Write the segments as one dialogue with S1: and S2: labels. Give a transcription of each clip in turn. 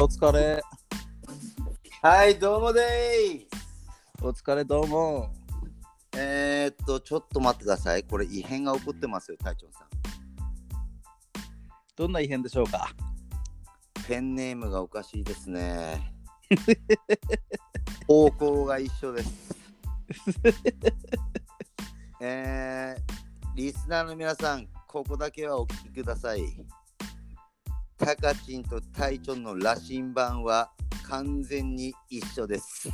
S1: お疲れ。
S2: はい、どうもでーす。
S1: お疲れどうも。
S2: えー、っと、ちょっと待ってください。これ異変が起こってますよ、隊長さん。
S1: どんな異変でしょうか
S2: ペンネームがおかしいですね。 方向が一緒です。えー、リスナーの皆さん、ここだけはお聞きください。タカチンとタイチョンの羅針盤は完全に一緒です。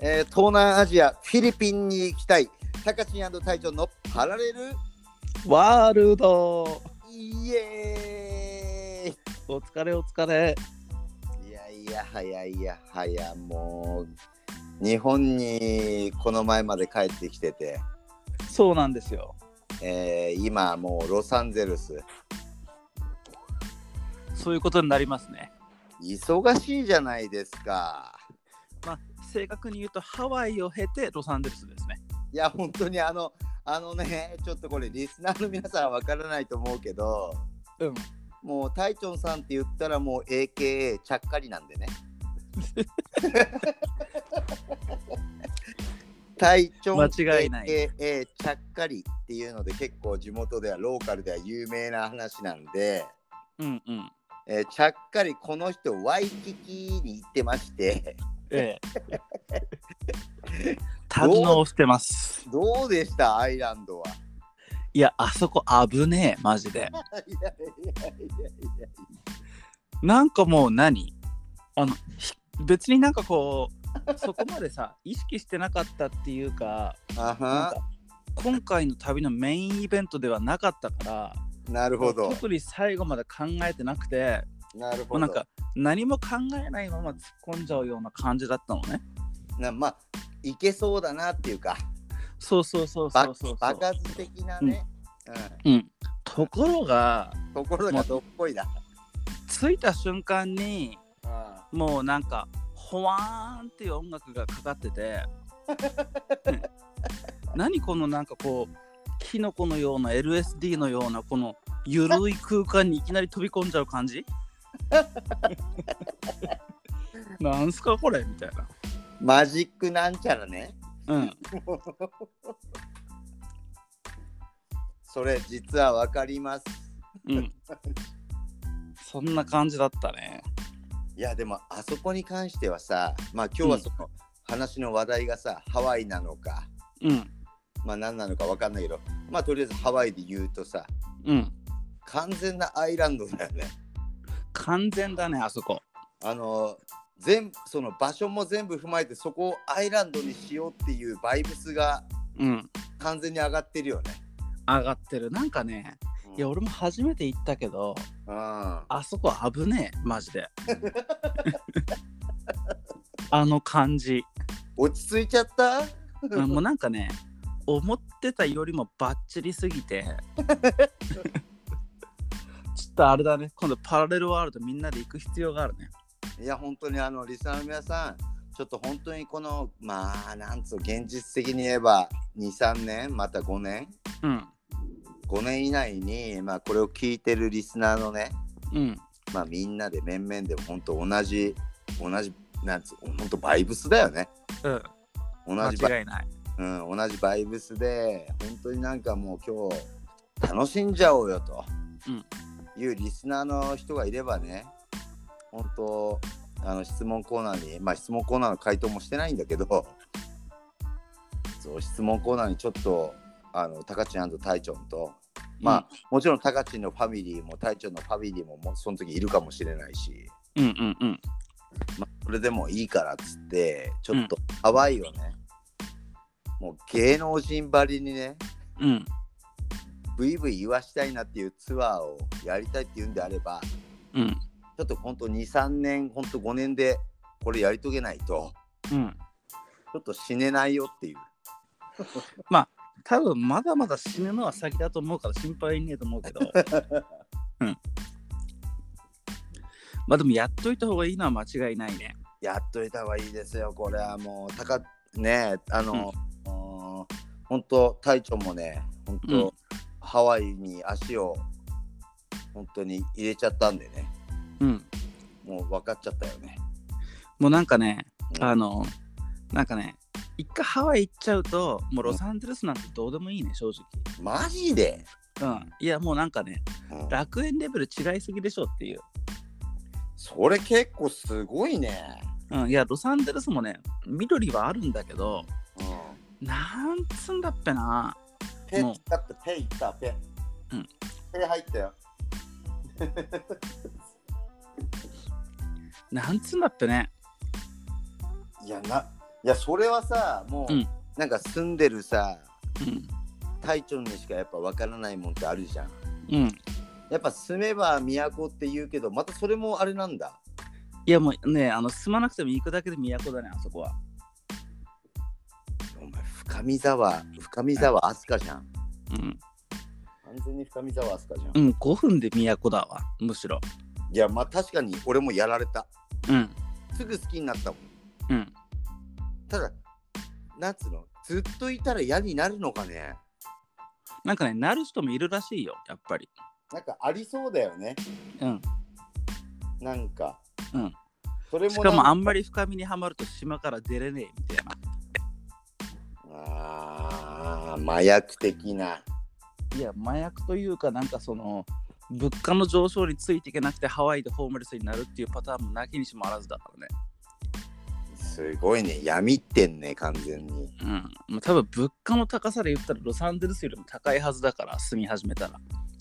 S2: えー東南アジア、フィリピンに行きたい。タカチンタイチョンのパラレル
S1: ワールド。
S2: イエーイ
S1: お疲れお疲れ。
S2: いやいやはやいやはやもう日本にこの前まで帰ってきてて、
S1: そうなんですよ。
S2: えー今もうロサンゼルス
S1: そういうことになりますね。
S2: 忙しいじゃないですか
S1: まあ、正確に言うとハワイを経てロサンゼルスですね。
S2: いや本当にあのあのねちょっとこれリスナーの皆さんわからないと思うけど
S1: うん。
S2: もうタイチョンさんって言ったらもう AKA ちゃっかりなんでね タイチョン
S1: 間違いない
S2: AKA ちゃっかりっていうので結構地元ではローカルでは有名な話なんで、
S1: うん うん。
S2: えーちゃっかりこの人ワイキキに行ってまして
S1: ええ。堪能してます。
S2: どうでしたアイランドは
S1: いや、あそこ危ねえ、マジで。
S2: いやいやいやいや
S1: なんかもう何あの、ひ別になんかこう、そこまでさ、意識してなかったっていうか、
S2: あ
S1: なん
S2: は
S1: か今回の旅のメインイベントではなかったから
S2: なるほど
S1: 特に最後まで考えてなくて
S2: なる
S1: も
S2: ほ
S1: う
S2: ど
S1: なんか何も考えないまま突っ込んじゃうような感じだったのね
S2: なまあいけそうだなっていうか
S1: そうそうそう
S2: ば
S1: そうそう
S2: 爆発的なね、う
S1: うん、ところが
S2: んところがどっこいだ。
S1: 着いた瞬間に
S2: あ
S1: もうなんかほわーんっていう音楽がかかっててうん何このなんかこうキノコのような LSD のようなこのゆるい空間にいきなり飛び込んじゃう感じなんすかこれみたいな
S2: マジックなんちゃらね。
S1: うん
S2: それ実はわかります。
S1: うんそんな感じだったね
S2: いやでもあそこに関してはさ、まあ今日はその話の話題がさ、ハワイなのか、
S1: うん
S2: まあ何なのかわかんないけど、まあとりあえずハワイで言うとさ、
S1: うん
S2: 完全なアイランドだよね。
S1: 完全だねあそこ
S2: あの全その場所も全部踏まえてそこをアイランドにしようっていうバイブスが
S1: うん
S2: 完全に上がってるよね。
S1: 上がってるなんかねいや俺も初めて行ったけど
S2: うん
S1: あそこ危ねえ、マジ で。あの感 じ。
S2: 落ち着いちゃった
S1: うんもうなんかね、思ってたよりもバッチリすぎ て。ちょっとあれだね、今度パラレルワールドみんなで行く必要があるね。
S2: いや本当にあのリスナーの皆さんちょっと本当にこのまあなんつうの現実的に言えば23年また5年
S1: うん、
S2: 5年以内に、まあ、これを聞いてるリスナーのね、
S1: うん、
S2: まあ、みんなで面々でも本当同じ同じなんつう本当バイブスだよね
S1: うん、
S2: 同じバイ,、
S1: 間違いない。
S2: うん、同じバイブスで本当になんかもう今日楽しんじゃおうよと
S1: うん
S2: いうリスナーの人がいればね本当あの質問コーナーにまあ質問コーナーの回答もしてないんだけどそう質問コーナーにちょっとあのタカチンタイチョンとまあ、もちろんタカチンのファミリーもタイチョンのファミリーももうその時いるかもしれないし、
S1: うん、うん、うん、
S2: まあ、それでもいいからっつってちょっとハワイをね、もう芸能人ばりにね
S1: うん、うん、
S2: ブイブイ言わしたいなっていうツアーをやりたいっていうんであれば
S1: うん、
S2: ちょっとほんと23年ほんと5年でこれやり遂げないと
S1: うん。
S2: ちょっと死ねないよっていう
S1: 多分まだまだ死ぬのは先だと思うから心配ねえと思う けど。うん。まあでもやっといた方がいいのは間違いないね。
S2: やっといた方がいいですよこれはもうたかねあの、うん、本当隊長もね本
S1: う
S2: 当、
S1: ん
S2: ハワイに足を本当に入れちゃったんでね
S1: うん。
S2: もう分かっちゃったよね
S1: もうなんかね、
S2: うん
S1: あの、なんかね、一回ハワイ行っちゃうと、もうロサンゼルスなんてどうでもいいね、正
S2: マジで、
S1: 直。うん。いや、もうなんかね、
S2: うん
S1: 楽園レベル違いすぎでしょっていう。
S2: それ結構すごいね、
S1: うん。いや、ロサンゼルスもね、緑はあるんだけど、
S2: うん、
S1: なんつんだっぺな。
S2: ペ
S1: もう
S2: ッだってペイいったペ
S1: うん
S2: ペ入ったよ
S1: なんつんだっぺね。
S2: いやないやそれはさもう、
S1: うん
S2: なんか住んでるさ
S1: うん。
S2: タイチョンにしかやっぱ分からないもんってあるじゃん
S1: うん。
S2: やっぱ住めば都って言うけどまたそれもあれなんだ
S1: いやもうね、あの、進まなくても行くだけで都だね、あそこは。
S2: お前深見沢深見沢飛鳥じゃん
S1: うん。
S2: 完全に深見沢飛鳥じゃん、
S1: う
S2: い
S1: ん、5分で都だわ、むしろ。
S2: やまあ確かに俺もやられた
S1: うん。
S2: すぐ好きになったもん
S1: うん。
S2: ただなんつうのずっといたら嫌になるのかね
S1: なんかね、なる人もいるらしいよ、やっぱり。
S2: なんかありそうだよね
S1: うん。
S2: なんか
S1: うん
S2: それも
S1: しかもあんま
S2: り
S1: り深みにはまると島から出れねえみたいな。
S2: あー麻薬的ない
S1: や、麻薬というか、なんかその、物価の上昇についていけなくてハワイでホームレスになるっていうパターンもなきにしもあらずだから
S2: すごいね闇ってんね完全に
S1: ね。うん。もう多分物価の高さで言ったらロサンゼルスよりも高いはずだから、住み始めたら。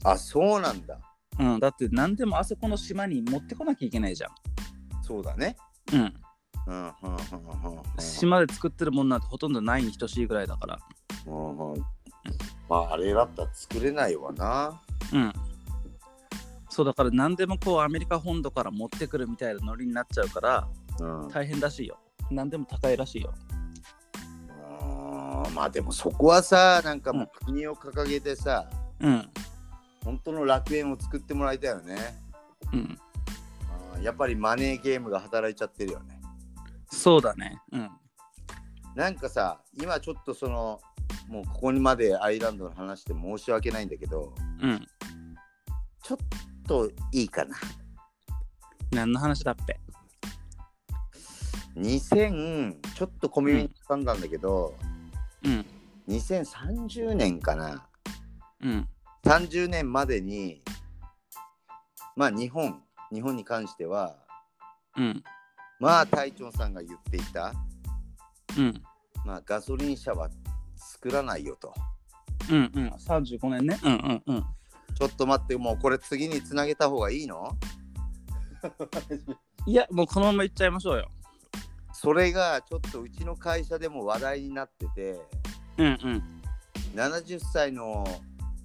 S2: あそうなんだ
S1: うん。だって何でもあそこの島に持ってこなきゃいけないじゃ
S2: そうだね
S1: ん。うん。
S2: うんうんうんうんうん
S1: 島で作ってるもんなんてほとんどないに等しいぐらいだから。
S2: うんうんまああれだったら作れないわな
S1: うん。そうだから何でもこうアメリカ本土から持ってくるみたいなノリになっちゃうから
S2: うん
S1: 大変らしいよ。何でも高いらしいよ。
S2: あーまあでもそこはさなんかもう国を掲げてさ、
S1: うん。
S2: 本当の楽園を作ってもらいたいよね
S1: うん。
S2: あーやっぱりマネーゲームが働いちゃってるよね
S1: そうだね。うん。
S2: なんかさ今ちょっとそのもうここにまでアイランドの話で申し訳ないんだけど
S1: うん。
S2: ちょっといいかな
S1: 何の話だっぺ。
S2: 2000ちょっと小耳に挟んだんだけど、
S1: うん。
S2: 2030年かな
S1: うん。
S2: 30年までにまあ日本日本に関しては
S1: うん。
S2: まあ隊長さんが言っていた、
S1: うん。
S2: まあ、ガソリン車は作らないよと
S1: うん。うん。35年ね。うん。うん。うん。
S2: ちょっと待ってもうこれ次につなげた方がいいの
S1: いや、もうこのままいっちゃいましょうよ。
S2: それがちょっとうちの会社でも話題になってて
S1: うん。うん。
S2: 70歳の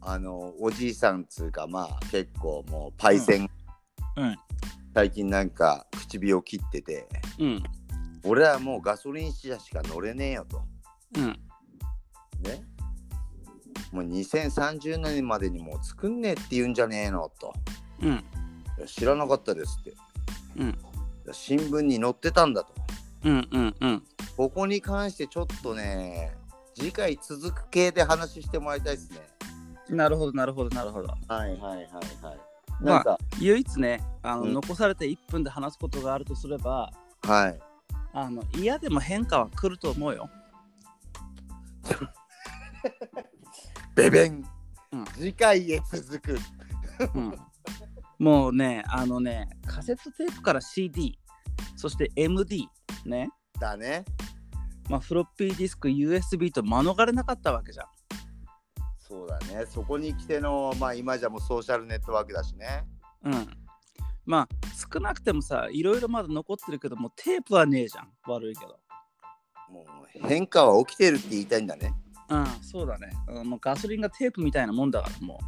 S2: あのおじいさんつうかまあ結構もうパイセン、
S1: うんうん
S2: 最近なんか唇を切ってて
S1: うん。
S2: 俺はもうガソリン車しか乗れねえよと
S1: うん。
S2: ねもう2030年までにもう作んねえって言うんじゃねえのと
S1: うん。
S2: いや知らなかったですってい
S1: うん。
S2: や新聞に載ってたんだと
S1: うん。うん。うん。
S2: ここに関してちょっとね次回続く系で話してもらいたいですね
S1: なるほど、なるほど、なるほど。
S2: はいはいはいはい
S1: まあ
S2: なんか、
S1: 唯一ね、あの、
S2: うん
S1: 残されて1分で話すことがあるとすれば、
S2: はい
S1: あの嫌でも変化は来ると思うよ。
S2: ベベン、
S1: うん
S2: 次回へ続く
S1: うん、もうね、あのね、カセットテープから CD、そして MD、ね、
S2: だね
S1: まあ、フロッピーディスク、USB と免れなかったわけじゃん。
S2: そうだねそこに来てのまあ今じゃもうソーシャルネットワークだしね
S1: うん。まあ、少なくてもさ、いろいろまだ残ってるけども、テープはねえじゃん。悪いけど。
S2: もう変化は起きてるって言いたいんだね
S1: うん、そうだね。うんもうガソリンがテープみたいなもんだから、も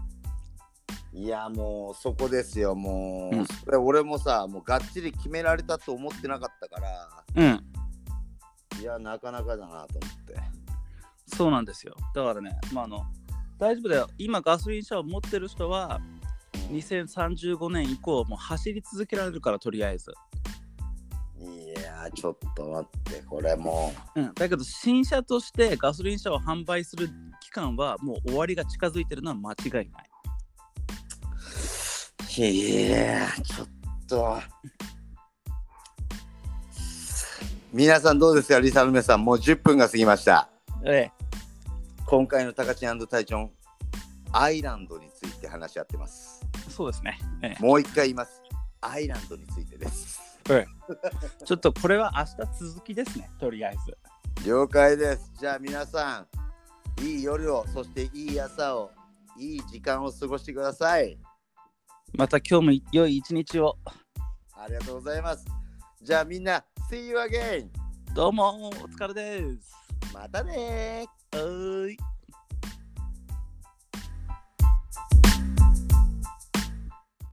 S2: いやもうそこですよもう、
S1: うん
S2: それ俺もさもうがっちり決められたと思ってなかったから
S1: う。うん。
S2: いやなかなかだなと思って
S1: そうなんですよ。だからね、まあ、あの、大丈夫だよ。今、ガソリン車を持ってる人は、2035年以降、もう走り続けられるから、とりあえず。
S2: いやちょっと待ってこれも
S1: うん、だけど新車としてガソリン車を販売する期間はもう終わりが近づいてるのは間違いない。
S2: ういやーちょっと皆さんどうですかリサの皆さんもう10分が過ぎました
S1: ええ、
S2: 今回のタカチン隊長アイランドについて話し合ってます
S1: そうですね。
S2: もう一回言いますアイランドについてです
S1: ちょっとこれは明日続きですね、とりあえず。
S2: 了解ですじゃあ皆さんいい夜をそしていい朝をいい時間を過ごしてください
S1: また今日も良い一日を。
S2: ありがとうございますじゃあみんな See you again
S1: どうも、お疲れです。
S2: またねー
S1: はーい。